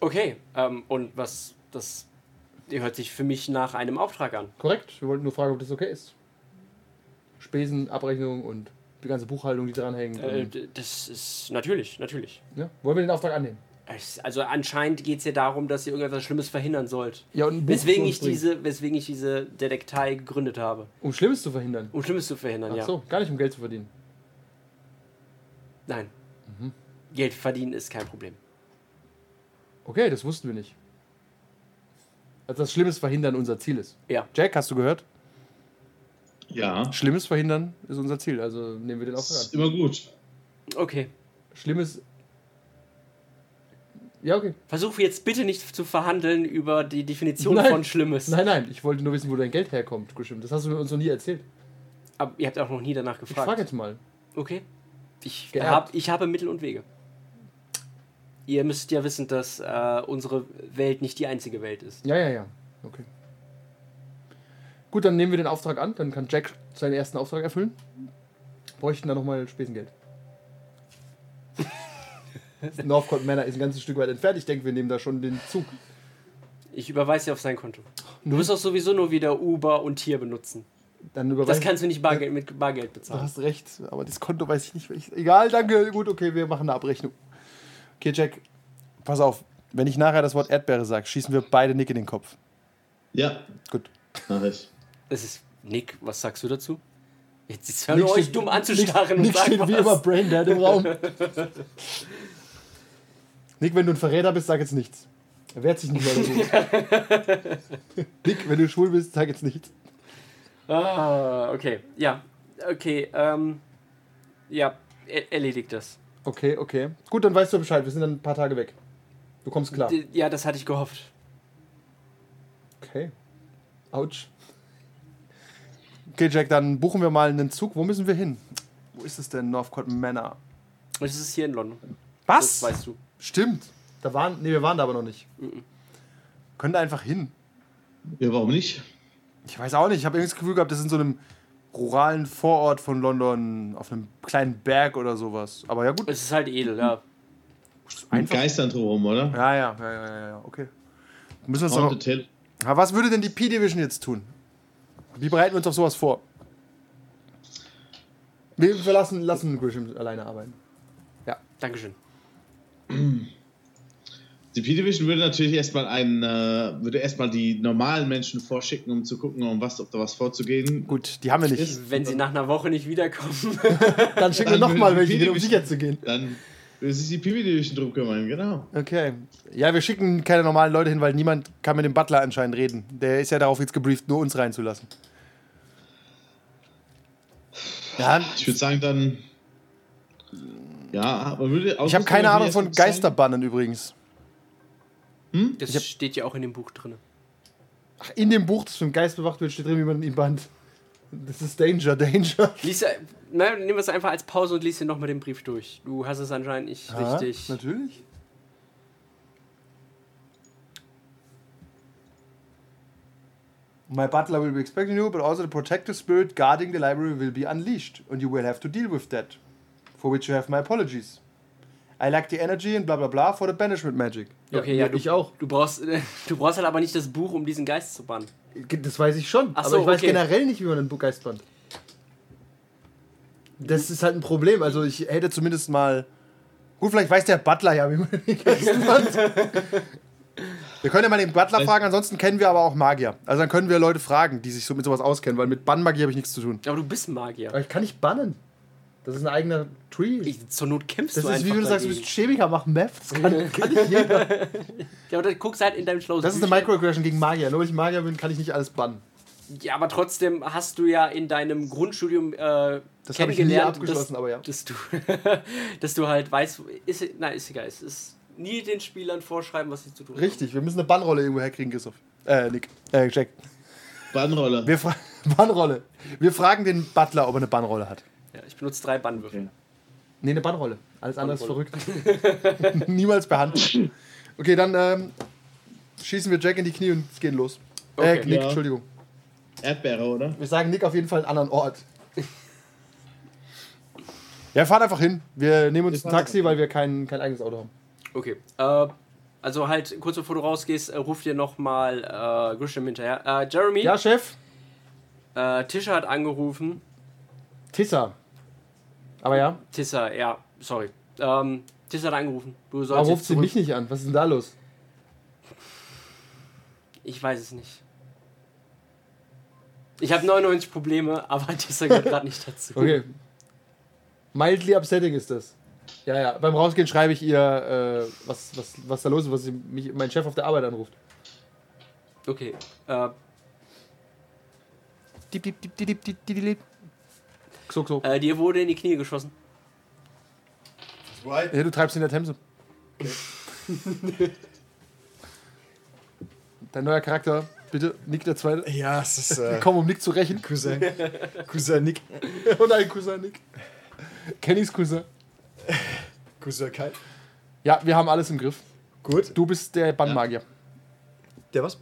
[SPEAKER 4] Okay, ähm, und was das hört sich für mich nach einem Auftrag an.
[SPEAKER 6] Korrekt. Wir wollten nur fragen, ob das okay ist. Spesen, Abrechnung und die ganze Buchhaltung, die dranhängt.
[SPEAKER 4] Äh,
[SPEAKER 6] und,
[SPEAKER 4] d- das ist natürlich, natürlich.
[SPEAKER 6] ne? Wollen wir den Auftrag annehmen?
[SPEAKER 4] Es- Also anscheinend geht es ja darum, dass ihr irgendetwas Schlimmes verhindern sollt.
[SPEAKER 6] Ja, und ein Buch
[SPEAKER 4] Weswegen
[SPEAKER 6] zu
[SPEAKER 4] ich,
[SPEAKER 6] uns bringen.
[SPEAKER 4] diese, weswegen ich diese Detektei gegründet habe.
[SPEAKER 6] Um Schlimmes zu verhindern.
[SPEAKER 4] Um Schlimmes zu verhindern,
[SPEAKER 6] Ach
[SPEAKER 4] ja.
[SPEAKER 6] so, gar nicht um Geld zu verdienen.
[SPEAKER 4] Nein.
[SPEAKER 6] Mhm.
[SPEAKER 4] Geld verdienen ist kein Problem.
[SPEAKER 6] Okay, das wussten wir nicht. Also das Schlimmes verhindern unser Ziel ist.
[SPEAKER 4] Ja.
[SPEAKER 6] Jack, hast du gehört?
[SPEAKER 5] Ja,
[SPEAKER 6] Schlimmes verhindern ist unser Ziel, also nehmen wir den
[SPEAKER 5] das ist
[SPEAKER 6] Auftrag
[SPEAKER 5] immer gut.
[SPEAKER 4] Okay.
[SPEAKER 6] an. Schlimmes. Ja, okay.
[SPEAKER 4] Versuche jetzt bitte nicht zu verhandeln über die Definition
[SPEAKER 6] Nein.
[SPEAKER 4] von Schlimmes.
[SPEAKER 6] Nein, nein, ich wollte nur wissen, wo dein Geld herkommt, bestimmt. Das hast du uns noch nie erzählt.
[SPEAKER 4] Aber ihr habt auch noch nie danach
[SPEAKER 6] Ich
[SPEAKER 4] gefragt.
[SPEAKER 6] frage jetzt mal.
[SPEAKER 4] Okay. Ich,
[SPEAKER 6] Geerbt.
[SPEAKER 4] hab, ich habe Mittel und Wege. Ihr müsst ja wissen, dass äh, unsere Welt nicht die einzige Welt ist.
[SPEAKER 6] Ja, ja, ja. Okay. Gut, dann nehmen wir den Auftrag an. Dann kann Jack seinen ersten Auftrag erfüllen. Bräuchten da nochmal Spesengeld. Northcote Manor ist ein ganzes Stück weit entfernt. Ich denke, wir nehmen da schon den Zug.
[SPEAKER 4] Ich überweise dir auf sein Konto. Du wirst auch sowieso nur wieder Uber und Tier benutzen.
[SPEAKER 6] Dann
[SPEAKER 4] Das
[SPEAKER 6] überweisen.
[SPEAKER 4] kannst du nicht Bargeld, mit Bargeld
[SPEAKER 6] Du
[SPEAKER 4] bezahlen.
[SPEAKER 6] hast recht, aber das Konto weiß ich nicht. welches- Egal, danke. Gut, okay, wir machen eine Abrechnung. Okay, Jack, pass auf. Wenn ich nachher das Wort Erdbeere sage, schießen wir beide Nick in den Kopf.
[SPEAKER 5] Ja,
[SPEAKER 6] Gut.
[SPEAKER 5] mach ich.
[SPEAKER 4] Das ist Nick, was sagst du dazu? Jetzt, jetzt hören
[SPEAKER 6] Nick
[SPEAKER 4] euch
[SPEAKER 6] steht-
[SPEAKER 4] dumm anzustarren
[SPEAKER 6] Nick
[SPEAKER 4] und
[SPEAKER 6] steht
[SPEAKER 4] sagen
[SPEAKER 6] wie immer
[SPEAKER 4] was.
[SPEAKER 6] Braindead im Raum. Nick, wenn du ein Verräter bist, sag jetzt nichts. Er wehrt sich nicht mehr dagegen. Nick, wenn du schwul bist, sag jetzt nichts.
[SPEAKER 4] Ah, okay. Ja. Okay, ähm. Ja, er, erledigt das.
[SPEAKER 6] Okay, okay. Gut, dann weißt du Bescheid. Wir sind dann ein paar Tage weg. Du kommst klar.
[SPEAKER 4] D- Ja, das hatte ich gehofft.
[SPEAKER 6] Okay. Autsch. Okay, Jack, dann buchen wir mal einen Zug. Wo müssen wir hin? Wo ist es denn? Northcote Manor.
[SPEAKER 4] Und es ist hier in London.
[SPEAKER 6] Was?
[SPEAKER 4] Das weißt du.
[SPEAKER 6] Stimmt. Da waren, nee, wir waren da aber noch nicht.
[SPEAKER 4] Mhm.
[SPEAKER 6] Können da einfach hin.
[SPEAKER 5] Ja, warum nicht?
[SPEAKER 6] Ich weiß auch nicht. Ich habe irgendwie das Gefühl gehabt, das ist in so einem ruralen Vorort von London, auf einem kleinen Berg oder sowas. Aber ja, gut.
[SPEAKER 4] Es ist halt edel, ja.
[SPEAKER 5] Mit Geistern drumherum, oder?
[SPEAKER 6] Ja, ja, ja, ja, ja, ja. okay. Müssen wir uns doch noch,
[SPEAKER 5] Haunted Hill.
[SPEAKER 6] aber was würde denn die P-Division jetzt tun? Wie bereiten wir uns auf sowas vor? Wir verlassen, lassen Grisham alleine arbeiten.
[SPEAKER 4] Dankeschön.
[SPEAKER 5] Die P-Division würde natürlich erstmal einen, äh, würde erstmal die normalen Menschen vorschicken, um zu gucken, um was, ob da was vorzugehen.
[SPEAKER 6] Gut, die haben wir nicht.
[SPEAKER 5] ist.
[SPEAKER 4] Wenn sie nach einer Woche nicht wiederkommen.
[SPEAKER 6] Dann schicken wir
[SPEAKER 5] Dann
[SPEAKER 6] nochmal
[SPEAKER 5] würden
[SPEAKER 6] welche,
[SPEAKER 5] die
[SPEAKER 6] hin, um
[SPEAKER 5] P-Division
[SPEAKER 6] sicher zu gehen.
[SPEAKER 5] Dann würde sich die P-Division drum kümmern, genau.
[SPEAKER 6] Okay. Ja, wir schicken keine normalen Leute hin, weil niemand kann mit dem Butler anscheinend reden. Der ist ja darauf jetzt gebrieft, nur uns reinzulassen. Ja,
[SPEAKER 5] Ich würde sagen, dann. Ja, man würde.
[SPEAKER 6] ich habe keine Ahnung von Geisterbannen übrigens.
[SPEAKER 4] Das steht ja auch in dem Buch drin.
[SPEAKER 6] Ach, in dem Buch, das vom Geist bewacht wird, steht drin, wie man ihn band. Das ist Danger, Danger.
[SPEAKER 4] Lies, äh, nein, nimm es einfach als Pause und lies dir nochmal den Brief durch. Du hast es anscheinend nicht richtig.
[SPEAKER 6] Ja, natürlich. My butler will be expecting you, but also the protective spirit guarding the library will be unleashed, and you will have to deal with that. For which you have my apologies. I lack the energy and bla bla bla for the banishment magic.
[SPEAKER 4] Okay, ja, du,
[SPEAKER 7] ich auch.
[SPEAKER 4] Du brauchst, du brauchst halt aber nicht das Buch, um diesen Geist zu bannen.
[SPEAKER 7] Das weiß ich schon,
[SPEAKER 4] Ach
[SPEAKER 7] aber
[SPEAKER 4] so,
[SPEAKER 7] ich weiß
[SPEAKER 4] okay.
[SPEAKER 7] generell nicht, wie man einen Geist band. Das ist halt ein Problem. Also ich
[SPEAKER 6] Hätte zumindest mal. Gut, vielleicht weiß der Butler ja, wie man den Geist bannt. Wir können ja mal den Butler fragen, ansonsten kennen wir aber auch Magier. Also dann können wir Leute fragen, die sich so mit sowas auskennen, weil mit Bannmagie habe ich nichts zu tun.
[SPEAKER 4] Aber du bist ein Magier.
[SPEAKER 7] Aber ich kann nicht bannen. Das ist ein eigener Tree.
[SPEAKER 4] Ich, zur Not kämpfst
[SPEAKER 7] das
[SPEAKER 4] du
[SPEAKER 7] ist
[SPEAKER 4] einfach
[SPEAKER 7] wie wenn du sagst, du
[SPEAKER 4] dagegen.
[SPEAKER 7] bist Chemiker, mach Meth. Das kann, kann ich jeder.
[SPEAKER 4] Ja, aber dann guckst halt in deinem schlauen
[SPEAKER 7] Das ist eine
[SPEAKER 4] Büchlein.
[SPEAKER 7] Microaggression gegen Magier. Nur weil ich Magier bin, kann ich nicht alles bannen.
[SPEAKER 4] Ja, aber trotzdem hast du ja in deinem Grundstudium äh,
[SPEAKER 7] Das habe ich nie
[SPEAKER 4] kennengelernt,
[SPEAKER 7] abgeschlossen,
[SPEAKER 4] dass,
[SPEAKER 7] aber ja.
[SPEAKER 4] dass, du, dass du halt weißt, ist, nein, ist egal, es ist nie den Spielern vorschreiben, was sie zu tun haben.
[SPEAKER 6] Richtig, wir müssen eine Bannrolle irgendwo herkriegen, Christoph. Äh, Nick. Äh, Jack.
[SPEAKER 5] Bannrolle.
[SPEAKER 6] Wir fra Bannrolle. Wir fragen den Butler, ob er eine Bannrolle hat.
[SPEAKER 4] Ja, ich benutze drei Bannwürfel.
[SPEAKER 7] Nee, eine Bannrolle. Alles andere ist verrückt.
[SPEAKER 6] Niemals per Hand. Okay, dann ähm, schießen wir Jack in die Knie und gehen los.
[SPEAKER 4] Okay.
[SPEAKER 6] äh, Nick,
[SPEAKER 5] Ja.
[SPEAKER 6] Entschuldigung.
[SPEAKER 5] Erdbeere, oder?
[SPEAKER 6] Wir sagen Nick auf jeden Fall einen anderen Ort. Ja, fahrt einfach hin. Wir nehmen uns ein Taxi, weil wir kein, kein eigenes Auto haben.
[SPEAKER 4] Okay. Äh, also halt, kurz bevor du rausgehst, äh, ruf dir nochmal äh, Grisham hinterher. Äh, Jeremy,
[SPEAKER 6] Ja, Chef.
[SPEAKER 4] äh, Tisha hat angerufen.
[SPEAKER 7] Tissa. Aber ja,
[SPEAKER 4] Tissa, ja, sorry. Ähm, Tissa hat angerufen. Du sollst
[SPEAKER 7] warum
[SPEAKER 4] jetzt
[SPEAKER 7] ruft sie
[SPEAKER 4] zurück-
[SPEAKER 7] mich nicht an? Was ist denn da los?
[SPEAKER 4] Ich weiß es nicht. Ich habe 99 Probleme, aber Tissa gehört gerade nicht dazu.
[SPEAKER 7] Okay. Mildly upsetting ist das. Ja, ja. Beim Rausgehen schreibe ich ihr, äh, was, was, was da los ist, was sie mich, mein Chef auf der Arbeit anruft.
[SPEAKER 4] Okay. Äh,
[SPEAKER 6] Diep, diep, diep, diep, diep, diep, diep.
[SPEAKER 7] So, so.
[SPEAKER 4] äh, dir wurde in die Knie geschossen.
[SPEAKER 6] Ja, du treibst in der Themse. Dein neuer Charakter, bitte, Nick der Zweite.
[SPEAKER 3] Ja, es ist äh,
[SPEAKER 6] Komm, um Nick zu rächen.
[SPEAKER 3] Cousin. Cousin Nick.
[SPEAKER 6] Oh nein, Cousin Nick. Kennys Cousin.
[SPEAKER 3] Cousin Kai.
[SPEAKER 6] Ja, wir haben alles im Griff.
[SPEAKER 3] Gut.
[SPEAKER 6] Du bist der Bannmagier.
[SPEAKER 3] Der was?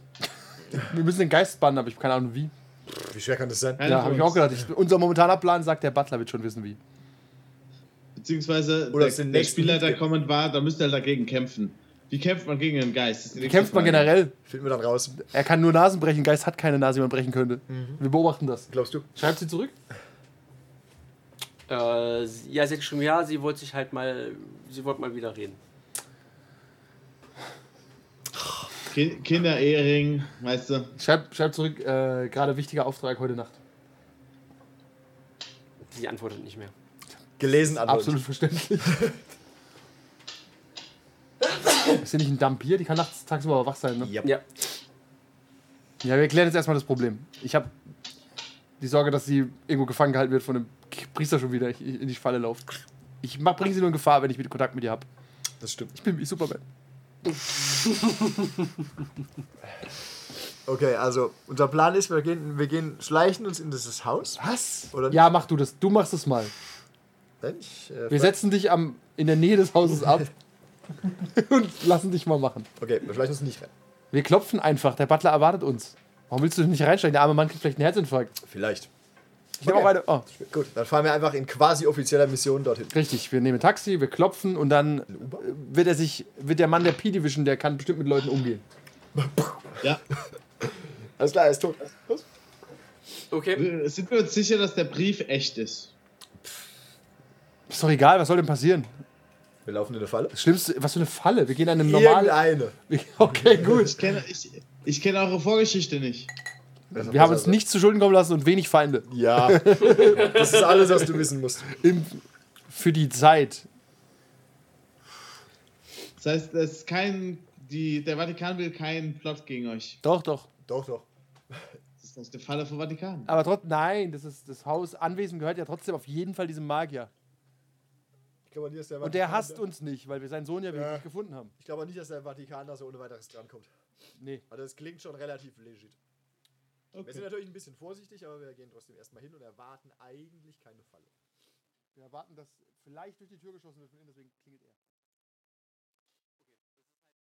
[SPEAKER 6] Wir müssen den Geist bannen, aber ich habe keine Ahnung wie.
[SPEAKER 3] Wie schwer kann das sein?
[SPEAKER 5] Keine
[SPEAKER 6] Ja, habe ich
[SPEAKER 5] Chance.
[SPEAKER 6] auch gedacht. Ich, unser momentaner Plan sagt, der Butler wird schon wissen wie.
[SPEAKER 5] Beziehungsweise
[SPEAKER 3] Oder es
[SPEAKER 5] der,
[SPEAKER 3] den
[SPEAKER 5] der
[SPEAKER 3] nächsten
[SPEAKER 5] Spieler, der
[SPEAKER 3] gibt.
[SPEAKER 5] kommend war, da müsste er halt dagegen kämpfen. Wie kämpft man gegen einen Geist? Das ist die
[SPEAKER 6] Wie
[SPEAKER 5] nächste
[SPEAKER 6] kämpft man
[SPEAKER 5] Frage.
[SPEAKER 6] generell?
[SPEAKER 3] Finden wir dann raus.
[SPEAKER 6] Er kann nur Nasen brechen. Geist hat keine Nase, die man brechen könnte. Wir beobachten das.
[SPEAKER 3] Glaubst du?
[SPEAKER 6] Mhm. Schreibt sie zurück?
[SPEAKER 4] Äh, sie- ja, sie hat geschrieben, ja, sie wollte sich halt mal, sie wollte mal wieder reden.
[SPEAKER 5] Ki- Kinderehering, weißt du?
[SPEAKER 6] Schreibt, schreibt zurück, äh, gerade wichtiger Auftrag heute Nacht.
[SPEAKER 4] Sie antwortet nicht mehr.
[SPEAKER 3] Gelesen Antwort.
[SPEAKER 6] Absolut verständlich. Ist sie nicht ein Dampier? Die kann nachts tagsüber aber wach sein, ne?
[SPEAKER 3] Ja.
[SPEAKER 4] Ja.
[SPEAKER 6] Ja, wir klären jetzt erstmal das Problem. Ich habe die Sorge, dass sie irgendwo gefangen gehalten wird von einem Priester schon wieder ich- ich- in die Falle läuft. Ich bringe sie nur in Gefahr, wenn ich mit Kontakt mit ihr habe.
[SPEAKER 3] Das stimmt.
[SPEAKER 6] Ich bin wie Superman.
[SPEAKER 3] Okay, also unser Plan ist, wir gehen, wir gehen schleichen uns in dieses Haus.
[SPEAKER 6] Was?
[SPEAKER 3] Oder-
[SPEAKER 6] Ja, mach du das. Du machst es mal.
[SPEAKER 3] Nein, ich, äh,
[SPEAKER 6] Wir setzen dich am, in der Nähe des Hauses ab und lassen dich mal machen.
[SPEAKER 3] okay, wir schleichen uns nicht rein.
[SPEAKER 6] Wir klopfen einfach. Der Butler erwartet uns. Warum willst du nicht reinsteigen? Der arme Mann kriegt vielleicht einen Herzinfarkt.
[SPEAKER 3] Vielleicht.
[SPEAKER 6] Ich nehme
[SPEAKER 3] Okay.
[SPEAKER 6] auch eine. Oh,
[SPEAKER 3] Gut, dann fahren wir einfach in quasi offizieller Mission dorthin.
[SPEAKER 6] richtig. Wir nehmen ein Taxi, wir klopfen und dann äh, wird er sich, wird der Mann der P-Division, der kann bestimmt mit Leuten umgehen.
[SPEAKER 5] Ja.
[SPEAKER 3] Alles klar, er ist tot. Was?
[SPEAKER 4] Okay.
[SPEAKER 5] Sind wir uns sicher, dass der Brief echt ist?
[SPEAKER 6] Ist doch egal, was soll denn passieren?
[SPEAKER 3] Wir laufen in eine Falle.
[SPEAKER 6] Das Schlimmste, was für eine Falle. Wir gehen an einem normalen.
[SPEAKER 3] Irgendeine.
[SPEAKER 6] Okay, gut.
[SPEAKER 5] Ich kenne ich, ich kenne eure Vorgeschichte nicht.
[SPEAKER 3] Also,
[SPEAKER 6] Wir haben uns
[SPEAKER 3] also-
[SPEAKER 6] nichts zu Schulden kommen lassen und wenig Feinde.
[SPEAKER 3] Ja, das ist alles, was du wissen musst.
[SPEAKER 6] Im, für die Zeit.
[SPEAKER 5] Das heißt, es ist kein. Die, der Vatikan will keinen Plot gegen euch.
[SPEAKER 6] Doch, doch.
[SPEAKER 3] Doch, doch.
[SPEAKER 5] Das ist vielleicht eine Falle vom Vatikan.
[SPEAKER 6] Aber trotzdem, nein, das ist das Haus Anwesen gehört ja trotzdem auf jeden Fall diesem Magier.
[SPEAKER 3] Ich glaube nicht, dass der
[SPEAKER 6] Und der
[SPEAKER 3] Vatikan-
[SPEAKER 6] hasst uns nicht, weil wir seinen Sohn ja wirklich
[SPEAKER 3] Ja.
[SPEAKER 6] nicht gefunden haben.
[SPEAKER 3] Ich glaube nicht, dass der Vatikan da so ohne weiteres drankommt.
[SPEAKER 6] Nee.
[SPEAKER 3] Also, das klingt schon relativ legit. Wir sind natürlich ein bisschen vorsichtig, aber wir gehen trotzdem erstmal hin und erwarten eigentlich keine Falle.
[SPEAKER 6] Wir erwarten, dass vielleicht durch die Tür geschossen wird von innen, deswegen klingelt er.